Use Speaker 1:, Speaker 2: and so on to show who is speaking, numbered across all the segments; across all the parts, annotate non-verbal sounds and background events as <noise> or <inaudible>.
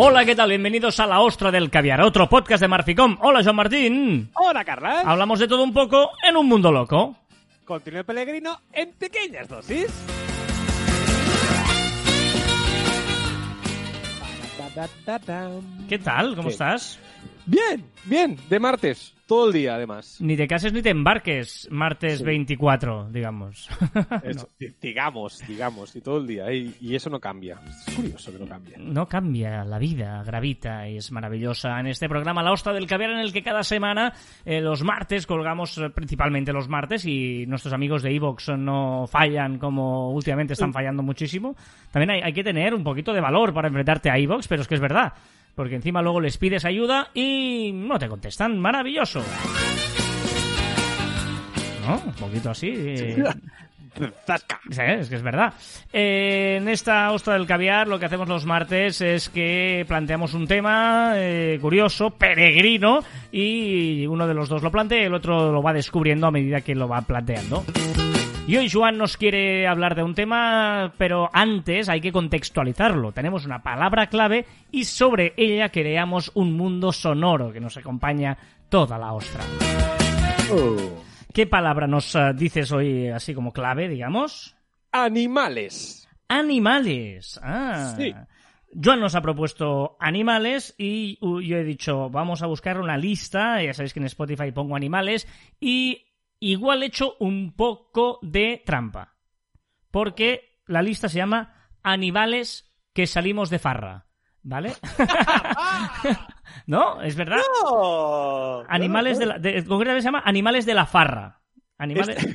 Speaker 1: Hola, ¿qué tal? Bienvenidos a La Ostra del Caviar, otro podcast de Marficom. Hola, Joan Martín.
Speaker 2: Hola, Carlas.
Speaker 1: Hablamos de todo un poco en un mundo loco.
Speaker 2: Con Tino Pellegrino en pequeñas dosis.
Speaker 1: ¿Qué tal? ¿Cómo
Speaker 2: Sí.
Speaker 1: estás?
Speaker 2: Bien, bien, de martes, todo el día además.
Speaker 1: Ni te cases ni te embarques, martes
Speaker 2: Sí.
Speaker 1: 24, digamos. <laughs>
Speaker 2: Eso, di- Digamos, digamos, y todo el día. Y, y eso no cambia. Es curioso que no cambie.
Speaker 1: No cambia la vida, gravita y es maravillosa. En este programa La Ostra del Caviar, en el que cada semana, eh, los martes, colgamos eh, principalmente los martes y nuestros amigos de Evox no fallan como últimamente están fallando muchísimo. También hay, hay que tener un poquito de valor para enfrentarte a Evox, pero es que es verdad. Porque encima luego les pides ayuda y no te contestan. Maravilloso. ¿No? Un poquito así. eh,
Speaker 2: <laughs> Zasca.
Speaker 1: Sí, es que es verdad. Eh, en esta ostra del caviar lo que hacemos los martes es que planteamos un tema eh, curioso, peregrino, y uno de los dos lo plantea y el otro lo va descubriendo a medida que lo va planteando. Y hoy Juan nos quiere hablar de un tema, pero antes hay que contextualizarlo. Tenemos una palabra clave y sobre ella creamos un mundo sonoro que nos acompaña toda la ostra.
Speaker 2: Oh.
Speaker 1: ¿Qué palabra nos eh, dices hoy eh, así como clave, digamos?
Speaker 2: Animales.
Speaker 1: Animales. Ah.
Speaker 2: Sí.
Speaker 1: Joan nos ha propuesto animales y uh, yo he dicho, vamos a buscar una lista, ya sabéis que en Spotify pongo animales y igual he hecho un poco de trampa. Porque la lista se llama Animales que salimos de farra, <laughs> ¿vale? ¿No? ¿Es verdad? Animales de la... de- concretamente se llama Animales de la farra. Animales...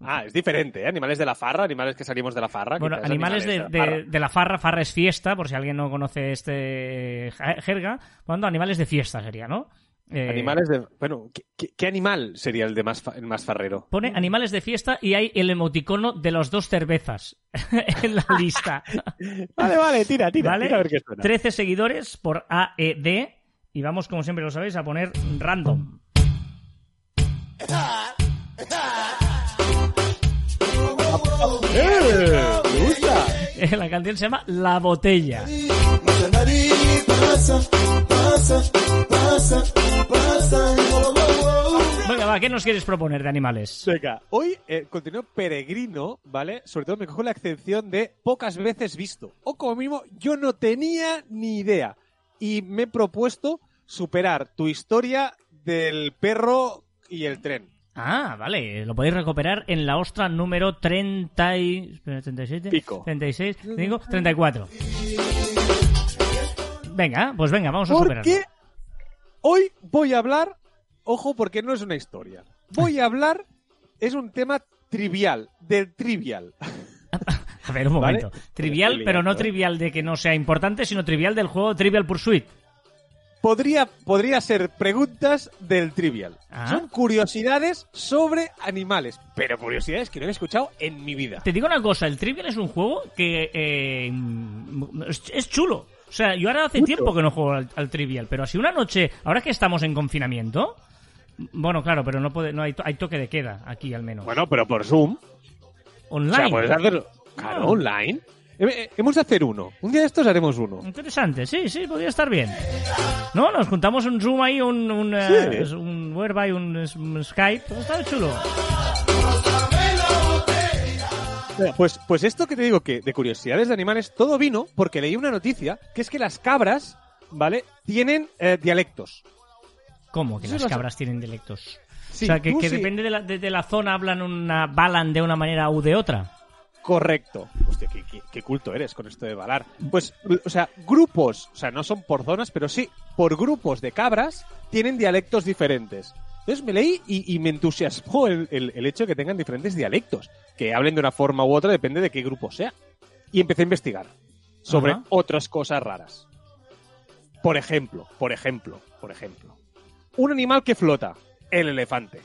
Speaker 2: Ah, es diferente, ¿eh? Animales de la farra, animales que salimos de la farra.
Speaker 1: Bueno,
Speaker 2: quizás
Speaker 1: animales de, de-
Speaker 2: farra.
Speaker 1: de la farra, farra es fiesta, por si alguien no conoce este ja- jerga, cuando animales de fiesta sería, ¿no? Eh,
Speaker 2: Animales de... Bueno, ¿qué, qué- qué animal sería el de más, fa- el más farrero?
Speaker 1: Pone animales de fiesta y hay el emoticono de las dos cervezas <laughs> en
Speaker 2: <laughs>
Speaker 1: la lista.
Speaker 2: <laughs> Vale, vale, tira, tira,
Speaker 1: ¿Vale?
Speaker 2: tira a ver qué suena.
Speaker 1: 13 seguidores por AED y vamos, como siempre lo sabéis, a poner random. <laughs>
Speaker 2: ¡Eh!
Speaker 1: La canción se llama La Botella. Venga, va, ¿qué nos quieres proponer de animales?
Speaker 2: Venga, hoy eh, contenido peregrino, ¿vale? Sobre todo me cojo la excepción de pocas veces visto. O como mínimo, yo no tenía ni idea. Y me he propuesto superar tu historia del perro y el tren.
Speaker 1: Ah, vale, lo podéis recuperar en la ostra número 30 y... espera, 37,
Speaker 2: Pico.
Speaker 1: 36, 5, 34. Venga, pues venga, vamos a superarlo.
Speaker 2: Porque hoy voy a hablar, ojo, porque no es una historia. Voy a hablar, es un tema trivial, del trivial.
Speaker 1: A ver, un
Speaker 2: ¿Vale?
Speaker 1: momento. Trivial,
Speaker 2: Estoy
Speaker 1: pero no
Speaker 2: liando, ¿eh?
Speaker 1: trivial de que no sea importante, sino trivial del juego Trivial Pursuit.
Speaker 2: Podría, podría ser preguntas del trivial.
Speaker 1: Ah.
Speaker 2: Son curiosidades sobre animales, pero curiosidades que no he escuchado en mi vida.
Speaker 1: Te digo una cosa, el Trivial es un juego que eh, mm, es, es chulo. O sea, yo ahora hace tiempo que no juego al, al Trivial, pero así una noche, ahora que estamos en confinamiento... m- Bueno, claro, pero no, puede, no hay, to- hay toque de queda aquí al menos.
Speaker 2: Bueno, pero por Zoom.
Speaker 1: Online.
Speaker 2: O sea, pues puedes hacerlo. Claro,
Speaker 1: Ah.
Speaker 2: online. Eh, eh, Hemos de hacer uno. Un día de estos haremos uno.
Speaker 1: Pues Interesante, sí, sí, podría estar bien. No, nos juntamos un Zoom ahí, un, un, eh, es un Whereby, un, es- un Skype. Está chulo.
Speaker 2: Pues, pues esto que te digo que de curiosidades de animales, todo vino porque leí una noticia que es que las cabras, ¿vale? Tienen eh, dialectos.
Speaker 1: ¿Cómo que
Speaker 2: Sí,
Speaker 1: las
Speaker 2: lo sé.
Speaker 1: cabras tienen dialectos?
Speaker 2: Sí,
Speaker 1: o sea, que,
Speaker 2: tú
Speaker 1: que
Speaker 2: sí.
Speaker 1: depende de la, de, de la zona hablan una, balan de una manera u de otra.
Speaker 2: Correcto. Hostia, qué, qué- qué culto eres con esto de balar. Pues, o sea, grupos, o sea, no son por zonas, pero sí, por grupos de cabras tienen dialectos diferentes. Entonces me leí y, y me entusiasmó el, el- el hecho de que tengan diferentes dialectos, que hablen de una forma u otra, depende de qué grupo sea. Y empecé a investigar sobre
Speaker 1: Ajá.
Speaker 2: otras cosas raras. Por ejemplo, por ejemplo, por ejemplo. Un animal que flota, el elefante.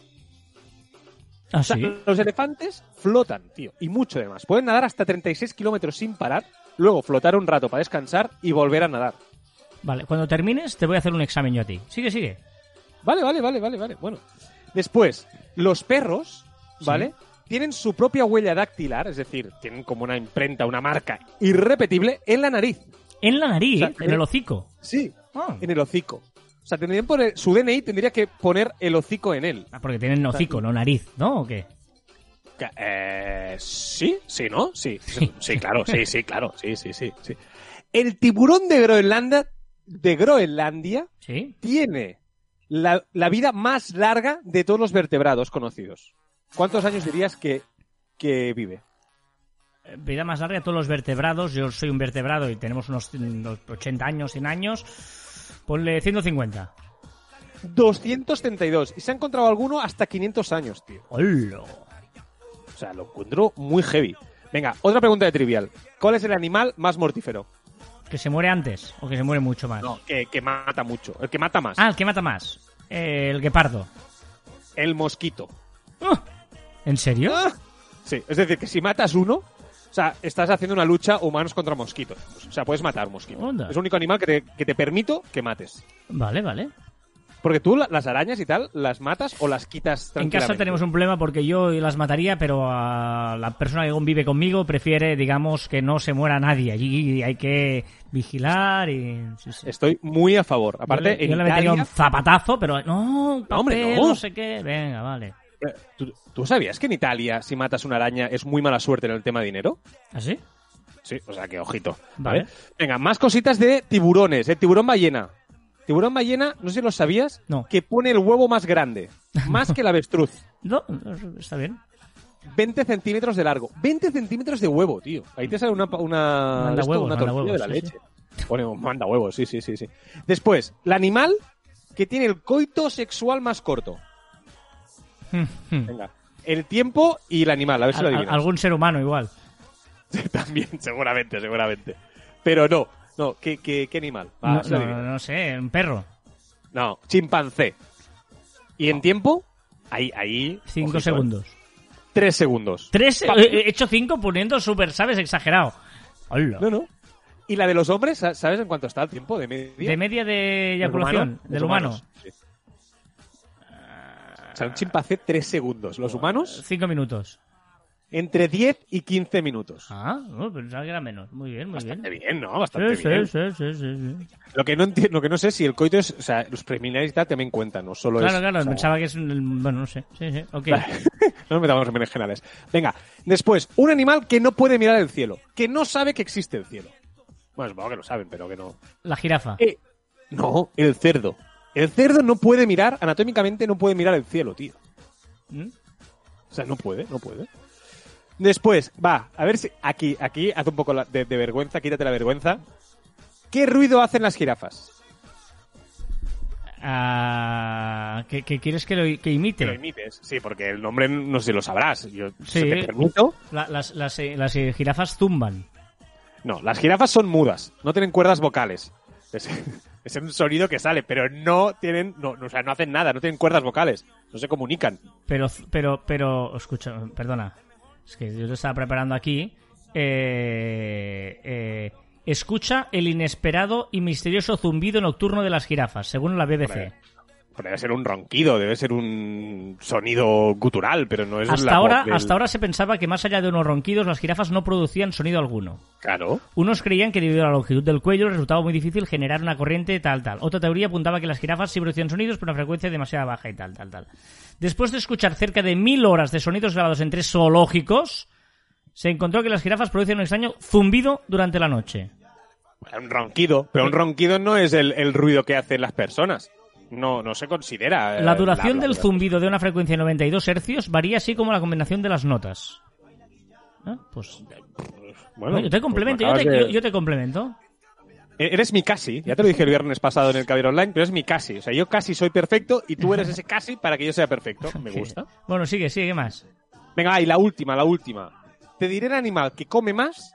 Speaker 1: Ah,
Speaker 2: O sea,
Speaker 1: sí.
Speaker 2: los elefantes flotan, tío, y mucho además. Pueden nadar hasta 36 kilómetros sin parar, luego flotar un rato para descansar y volver a nadar.
Speaker 1: Vale, cuando termines te voy a hacer un examen yo a ti. Sigue, sigue.
Speaker 2: Vale, vale, vale, vale, vale. Bueno, después, los perros,
Speaker 1: Sí.
Speaker 2: ¿vale? Tienen su propia huella dactilar, es decir, tienen como una imprenta, una marca irrepetible en la nariz.
Speaker 1: En la nariz,
Speaker 2: O sea,
Speaker 1: ¿eh? en el hocico.
Speaker 2: Sí,
Speaker 1: Ah.
Speaker 2: en el hocico. O sea, tendrían poner, su DNI tendría que poner el hocico en él.
Speaker 1: Ah, porque tienen hocico, no nariz, ¿no? ¿O qué?
Speaker 2: Ca- Eh, sí, sí, ¿no? Sí, sí, sí, claro, sí, sí, claro, sí, sí, sí, sí. El tiburón de Groenlandia, de Groenlandia
Speaker 1: Sí.
Speaker 2: tiene la, la vida más larga de todos los vertebrados conocidos. ¿Cuántos años dirías que, que vive?
Speaker 1: Eh, Vida más larga, todos los vertebrados. Yo soy un vertebrado y tenemos unos mm, los 80 años, 100 años. Ponle 150.
Speaker 2: 232. Y se ha encontrado alguno hasta 500 años, tío.
Speaker 1: ¡Holo!
Speaker 2: O sea, lo encuentro muy heavy. Venga, otra pregunta de trivial. ¿Cuál es el animal más mortífero?
Speaker 1: ¿Que se muere antes o que se muere mucho más?
Speaker 2: No, que, que mata mucho. El que mata más.
Speaker 1: Ah, el que mata más. Eh, el guepardo.
Speaker 2: El mosquito.
Speaker 1: ¡Ah! ¿En serio?
Speaker 2: Sí, es decir, que si matas uno, o sea, estás haciendo una lucha humanos contra mosquitos. O sea, puedes matar mosquitos.
Speaker 1: Onda.
Speaker 2: Es el único animal que te, que te permito que mates.
Speaker 1: Vale, vale.
Speaker 2: Porque tú la- las arañas y tal, las matas o las quitas
Speaker 1: En
Speaker 2: tranquilamente.
Speaker 1: casa tenemos un problema porque yo las mataría, pero a la persona que convive conmigo prefiere, digamos, que no se muera nadie. Allí hay que vigilar y... sí, sí.
Speaker 2: Estoy muy a favor. Aparte,
Speaker 1: yo le,
Speaker 2: en
Speaker 1: yo le metería
Speaker 2: Italia-
Speaker 1: un zapatazo, pero no, un
Speaker 2: No, hombre,
Speaker 1: papel,
Speaker 2: no.
Speaker 1: no sé qué. Venga, vale.
Speaker 2: Eh, ¿tú, tú sabías que en Italia, si matas una araña, es muy mala suerte en el tema de dinero?
Speaker 1: ¿Así?
Speaker 2: Sí, o sea que ojito.
Speaker 1: Vale.
Speaker 2: ¿vale? Venga, más cositas de tiburones. El tiburón ballena. Tiburón ballena, no sé si lo sabías,
Speaker 1: No.
Speaker 2: que pone el huevo más grande. Más que el avestruz.
Speaker 1: No, no, está bien.
Speaker 2: 20 centímetros de largo. 20 centímetros de huevo, tío. Ahí te sale una, una,
Speaker 1: Manda huevos,
Speaker 2: una
Speaker 1: manda
Speaker 2: tortilla
Speaker 1: huevos,
Speaker 2: de la
Speaker 1: sí,
Speaker 2: leche. Pone un manda huevos, sí, sí, sí, sí. Después, el animal que tiene el coito sexual más corto. Venga. El tiempo y el animal, a ver si lo
Speaker 1: Hmm, Al-
Speaker 2: adivinas.
Speaker 1: algún ser humano igual.
Speaker 2: <laughs> También, seguramente, seguramente. Pero no, no, ¿qué, qué, qué animal? Va, a
Speaker 1: no,
Speaker 2: ver si lo
Speaker 1: no,
Speaker 2: adivinas.
Speaker 1: no sé, un perro.
Speaker 2: No, chimpancé. ¿Y en tiempo? Ahí, ahí.
Speaker 1: Cinco
Speaker 2: ojito, eh.
Speaker 1: segundos.
Speaker 2: Tres segundos.
Speaker 1: Tres,
Speaker 2: Pa-
Speaker 1: eh, he hecho cinco poniendo super, ¿sabes? Exagerado. Hola.
Speaker 2: No, no. ¿Y la de los hombres? sa- ¿Sabes en cuánto está el tiempo de media?
Speaker 1: De media de
Speaker 2: Del
Speaker 1: eyaculación,
Speaker 2: humano.
Speaker 1: del
Speaker 2: Los
Speaker 1: humano.
Speaker 2: humanos, sí. O sea, un chimpancé tres segundos. Los humanos,
Speaker 1: Cinco minutos.
Speaker 2: entre 10 y 15 minutos.
Speaker 1: Ah, no, pensaba que era menos. Muy bien, muy
Speaker 2: Bastante
Speaker 1: bien.
Speaker 2: bien, ¿no? Bastante
Speaker 1: Sí, sí,
Speaker 2: bien.
Speaker 1: sí, sí, sí, sí.
Speaker 2: Lo que no entiendo, lo que no sé es si el coito es, o sea, los preliminares y tal también cuentan, no solo
Speaker 1: Claro,
Speaker 2: es.
Speaker 1: claro,
Speaker 2: o <laughs> sea,
Speaker 1: pensaba que es un... Bueno, no sé. Sí, sí, ok.
Speaker 2: no nos metamos en berenjenales. Venga, después, un animal que no puede mirar el cielo, que no sabe que existe el cielo. Bueno, supongo que lo saben, pero que no.
Speaker 1: La jirafa.
Speaker 2: Eh, no, el cerdo. El cerdo no puede mirar, anatómicamente no puede mirar el cielo, tío.
Speaker 1: ¿Mm?
Speaker 2: O sea, no puede, no puede. Después, va, a ver si. Aquí, aquí, haz un poco la- de, de vergüenza, quítate la vergüenza. ¿Qué ruido hacen las jirafas?
Speaker 1: Ah, ¿qué, qué quieres que, lo, que
Speaker 2: Que lo
Speaker 1: imite?
Speaker 2: imites, sí, porque el nombre no sé si lo sabrás. Yo
Speaker 1: Sí.
Speaker 2: si te permito.
Speaker 1: La- las, las, eh, las, eh, jirafas zumban.
Speaker 2: No, las jirafas son mudas, no tienen cuerdas vocales. Es, <laughs> es un sonido que sale, pero no tienen, no, no, o sea, no hacen nada, no tienen cuerdas vocales, no se comunican.
Speaker 1: Pero, pero, pero, escucha, perdona. Es que yo te estaba preparando aquí. Eh, eh, escucha el inesperado y misterioso zumbido nocturno de las jirafas, según la BBC.
Speaker 2: Vale. Pero Pues debe ser un ronquido, debe ser un sonido gutural, pero no es
Speaker 1: Hasta
Speaker 2: la
Speaker 1: ahora,
Speaker 2: voz del-
Speaker 1: hasta ahora se pensaba que más allá de unos ronquidos, las jirafas no producían sonido alguno.
Speaker 2: Claro.
Speaker 1: Unos creían que debido a la longitud del cuello resultaba muy difícil generar una corriente tal, tal. Otra teoría apuntaba que las jirafas sí producían sonidos, pero a una frecuencia demasiado baja y tal, tal, tal. Después de escuchar cerca de mil horas de sonidos grabados en tres zoológicos, se encontró que las jirafas producen un extraño zumbido durante la noche.
Speaker 2: Eh, Un ronquido, pero un ronquido no es el, el ruido que hacen las personas. No, no se considera. eh,
Speaker 1: La duración
Speaker 2: la-
Speaker 1: del
Speaker 2: la-
Speaker 1: zumbido de una frecuencia de 92 hercios varía así como la combinación de las notas. Ah, Pues,
Speaker 2: Bueno,
Speaker 1: yo te complemento,
Speaker 2: pues
Speaker 1: yo,
Speaker 2: me
Speaker 1: te,
Speaker 2: acabas
Speaker 1: yo-
Speaker 2: de-
Speaker 1: yo te complemento.
Speaker 2: E- Eres mi casi, ya te lo dije el viernes pasado en el Caber Online, pero es mi casi. O sea, yo casi soy perfecto y tú eres ese casi para que yo sea perfecto. Me gusta.
Speaker 1: <laughs> Bueno, sigue, sigue, ¿qué más?
Speaker 2: Venga, va, y la última, la última. Te diré el animal que come más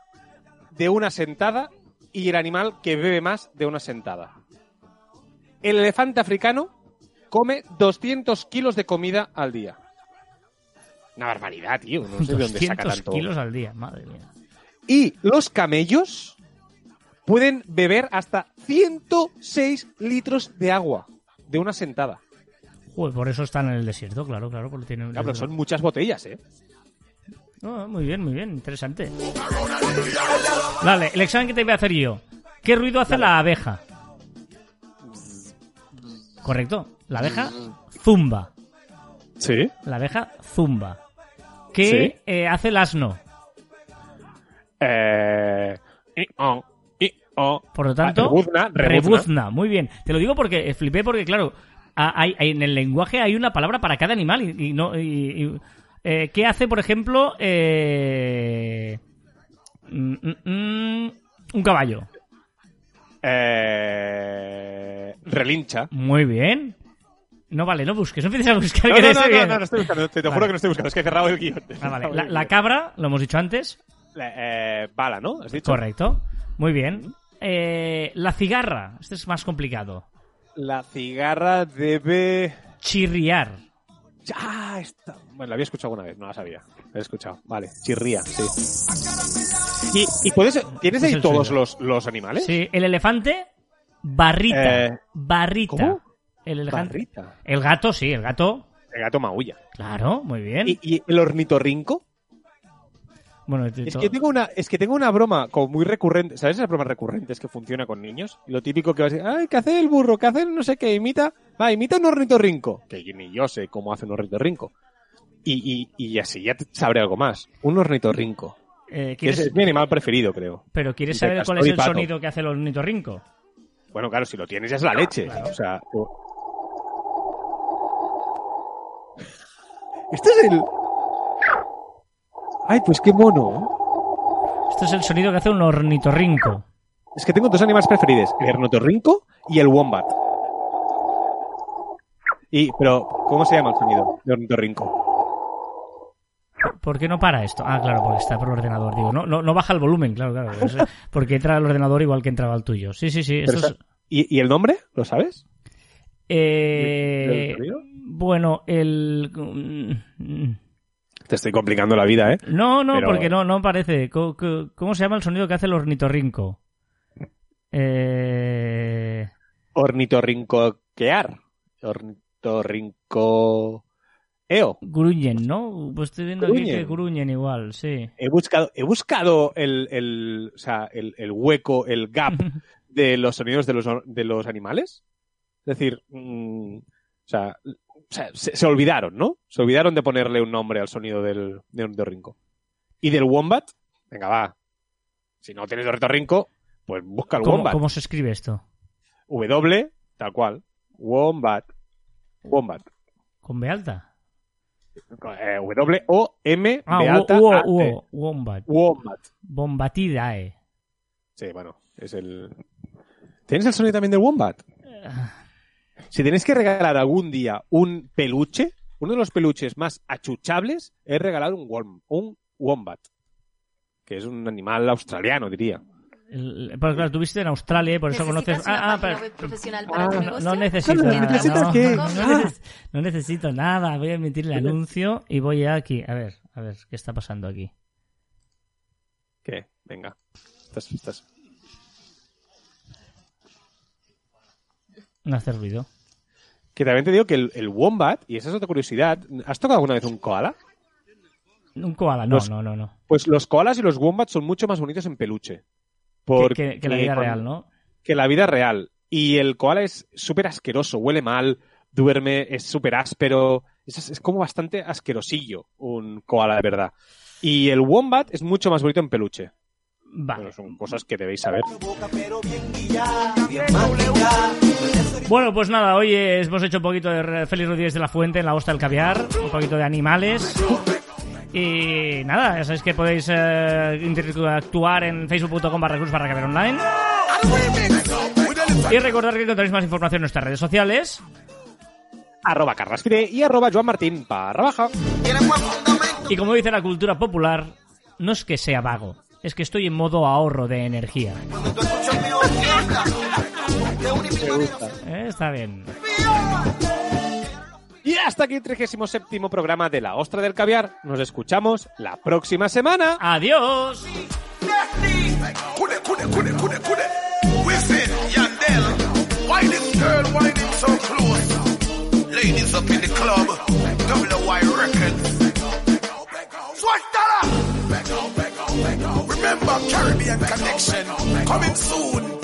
Speaker 2: de una sentada y el animal que bebe más de una sentada. El elefante africano come 200 kilos de comida al día. Una barbaridad, tío. No sé de dónde saca
Speaker 1: 200
Speaker 2: tanto.
Speaker 1: kilos al día, madre mía.
Speaker 2: Y los camellos pueden beber hasta 106 litros de agua de una sentada.
Speaker 1: Joder, por eso están en el desierto, claro, claro, porque tienen...
Speaker 2: Claro, pero son muchas botellas, ¿eh?
Speaker 1: Ah, No, muy bien, muy bien, interesante. Vale, el examen que te voy a hacer yo. ¿Qué ruido hace la abeja? Correcto. La abeja zumba.
Speaker 2: Sí.
Speaker 1: La abeja zumba. ¿Qué
Speaker 2: Sí.
Speaker 1: eh, hace el asno?
Speaker 2: Eh, y, oh, y, oh.
Speaker 1: Por lo tanto,
Speaker 2: Ah, rebuzna, rebuzna.
Speaker 1: Muy bien. Te lo digo porque eh, flipé porque, claro, a- hay- hay- en el lenguaje hay una palabra para cada animal y, y no... y- y- eh, ¿Qué hace, por ejemplo, eh, mm, mm, mm, un caballo?
Speaker 2: Eh, relincha.
Speaker 1: Muy bien. No vale, no busques, no empieces a buscar.
Speaker 2: No,
Speaker 1: que
Speaker 2: no,
Speaker 1: te
Speaker 2: no,
Speaker 1: sé
Speaker 2: no,
Speaker 1: bien.
Speaker 2: no, no estoy buscando. Te, te
Speaker 1: Vale.
Speaker 2: juro que no estoy buscando. Es que he cerrado el guión.
Speaker 1: Ah, vale.
Speaker 2: <laughs>
Speaker 1: La, la cabra, lo hemos dicho antes.
Speaker 2: La- eh, bala, ¿no? ¿Has dicho?
Speaker 1: Correcto. Muy bien. Eh, la cigarra, este es más complicado.
Speaker 2: La cigarra debe.
Speaker 1: Chirriar.
Speaker 2: Ah, esta. Bueno, la había escuchado alguna vez, no la sabía. La he escuchado. Vale, chirría, sí. ¿Y, y puedes, tienes
Speaker 1: Es Pues
Speaker 2: ahí
Speaker 1: el
Speaker 2: todos
Speaker 1: suyo.
Speaker 2: los, los animales?
Speaker 1: Sí, el elefante, barrita.
Speaker 2: Eh,
Speaker 1: barrita.
Speaker 2: ¿cómo?
Speaker 1: El elefante.
Speaker 2: Barrita.
Speaker 1: El gato, sí, el gato.
Speaker 2: El gato maulla.
Speaker 1: Claro, muy bien.
Speaker 2: ¿Y, y el ornitorrinco?
Speaker 1: bueno,
Speaker 2: Es
Speaker 1: to-
Speaker 2: que, tengo una, es que tengo una broma como muy recurrente. ¿Sabes esas bromas recurrentes que funciona con niños? Lo típico que vas a decir, ay, ¿qué hace el burro? ¿Qué hace el no sé qué? Imita, va, imita un ornitorrinco. Que yo ni yo sé cómo hace un ornitorrinco. Y, y, y así ya te- sabré algo más. Un ornitorrinco.
Speaker 1: eh,
Speaker 2: Que
Speaker 1: ¿quieres-
Speaker 2: ese es mi animal preferido, creo.
Speaker 1: pero ¿quieres
Speaker 2: de
Speaker 1: saber
Speaker 2: castor
Speaker 1: cuál es
Speaker 2: y
Speaker 1: el
Speaker 2: pato.
Speaker 1: sonido que hace el ornitorrinco?
Speaker 2: Bueno, claro, si lo tienes ya es la leche. O sea. tú- Este es el. Ay, pues qué mono.
Speaker 1: Este es el sonido que hace un ornitorrinco.
Speaker 2: Es que tengo dos animales preferidos: el ornitorrinco y el wombat. Y, pero, ¿cómo se llama el sonido de ornitorrinco?
Speaker 1: ¿Por qué no para esto? Ah, claro, porque está por el ordenador. Digo, no, no, no baja el volumen, claro, claro.
Speaker 2: <laughs>
Speaker 1: es- eh, porque entra el ordenador igual que entraba el tuyo. Sí, sí, sí. Esto
Speaker 2: Pero
Speaker 1: es,
Speaker 2: ¿Y, y el nombre? ¿Lo sabes?
Speaker 1: eh,
Speaker 2: ¿El sonido?
Speaker 1: bueno, el... mm,
Speaker 2: Te estoy complicando la vida, ¿eh?
Speaker 1: No, no,
Speaker 2: Pero-
Speaker 1: porque no, no parece. Co- co- ¿Cómo, se llama el sonido que hace el ornitorrinco? Eh...
Speaker 2: Ornitorrincoquear. Ornitorrinco. Eo.
Speaker 1: Gruñen, ¿no? Pues estoy viendo aquí
Speaker 2: Gruñen.
Speaker 1: que gruñen igual, sí.
Speaker 2: He buscado, he buscado el, el, o sea, el, el hueco, el gap de los sonidos de los, de los animales. Es decir, mm, o sea, o sea, se, se olvidaron, ¿no? Se olvidaron de ponerle un nombre al sonido del, de un ornitorrinco. ¿Y del wombat? Venga, va. Si no tienes ornitorrinco, pues busca el
Speaker 1: ¿Cómo,
Speaker 2: wombat.
Speaker 1: cómo se escribe esto?
Speaker 2: W, tal cual. Wombat. Wombat.
Speaker 1: ¿Con B alta?
Speaker 2: Eh, w, O, M,
Speaker 1: Ah,
Speaker 2: de
Speaker 1: wo-
Speaker 2: alta,
Speaker 1: wo-
Speaker 2: A, E.
Speaker 1: wo-
Speaker 2: T.
Speaker 1: wombat. eh.
Speaker 2: Wombat.
Speaker 1: Bombatidae.
Speaker 2: Sí, bueno, es el. ¿Tienes el sonido también del Wombat?
Speaker 1: Eh.
Speaker 2: Si tenéis que regalar algún día un peluche, uno de los peluches más achuchables es regalar un, wom- un Wombat, que es un animal australiano, diría.
Speaker 1: El- Pero claro, tuviste en Australia, por eso
Speaker 3: ¿Necesitas
Speaker 1: conoces.
Speaker 3: una
Speaker 1: Ah, ah,
Speaker 3: página
Speaker 1: pero-
Speaker 3: web profesional para
Speaker 2: Ah,
Speaker 3: tu
Speaker 2: no-
Speaker 1: no,
Speaker 3: negocio?
Speaker 1: no necesito
Speaker 2: Claro,
Speaker 1: nada.
Speaker 2: ¿necesitas
Speaker 1: No,
Speaker 2: qué?
Speaker 1: no
Speaker 3: Ah.
Speaker 1: neces- no necesito nada. Voy a emitir el anuncio y voy aquí. A ver, a ver, ¿qué está pasando aquí?
Speaker 2: ¿Qué? Venga. Estás, estás.
Speaker 1: No hace ruido.
Speaker 2: Que también te digo que el, el Wombat, y esa es otra curiosidad, ¿has tocado alguna vez un koala?
Speaker 1: Un koala, no,
Speaker 2: Los-
Speaker 1: no, no, no.
Speaker 2: Pues los koalas y los Wombats son mucho más bonitos en peluche.
Speaker 1: Que,
Speaker 2: Porque
Speaker 1: que- que la vida
Speaker 2: cuando-
Speaker 1: real, ¿no?
Speaker 2: que la vida real. Y el koala es súper asqueroso, huele mal, duerme, es súper áspero. Es, es como bastante asquerosillo un koala de verdad. Y el wombat es mucho más bonito en peluche.
Speaker 1: Vale.
Speaker 2: Bueno, son cosas que debéis saber.
Speaker 1: Bueno, pues nada, hoy eh, hemos hecho un poquito de Re- Félix Rodríguez de la Fuente en la hosta del caviar, un poquito de animales. Y nada, ya sabéis que podéis eh, interactuar en facebook.com barra cruz barra caviar online. Y recordad que encontraréis más información en nuestras redes sociales.
Speaker 2: Arroba carrasfide y arroba Joan Martín barra baja.
Speaker 1: Y como dice la cultura popular, no es que sea vago, es que estoy en modo ahorro de energía. Eh, Está bien.
Speaker 2: Y hasta aquí el 37 programa de La Ostra del Caviar. Nos escuchamos la próxima semana.
Speaker 1: ¡Adiós!
Speaker 4: Kune, kune, kune, kune, kune. Whistling, Yandel. Why this girl whining so close? Ladies up in the club. Double Y Records. Swat dollar. Remember Caribbean Connection. Coming soon.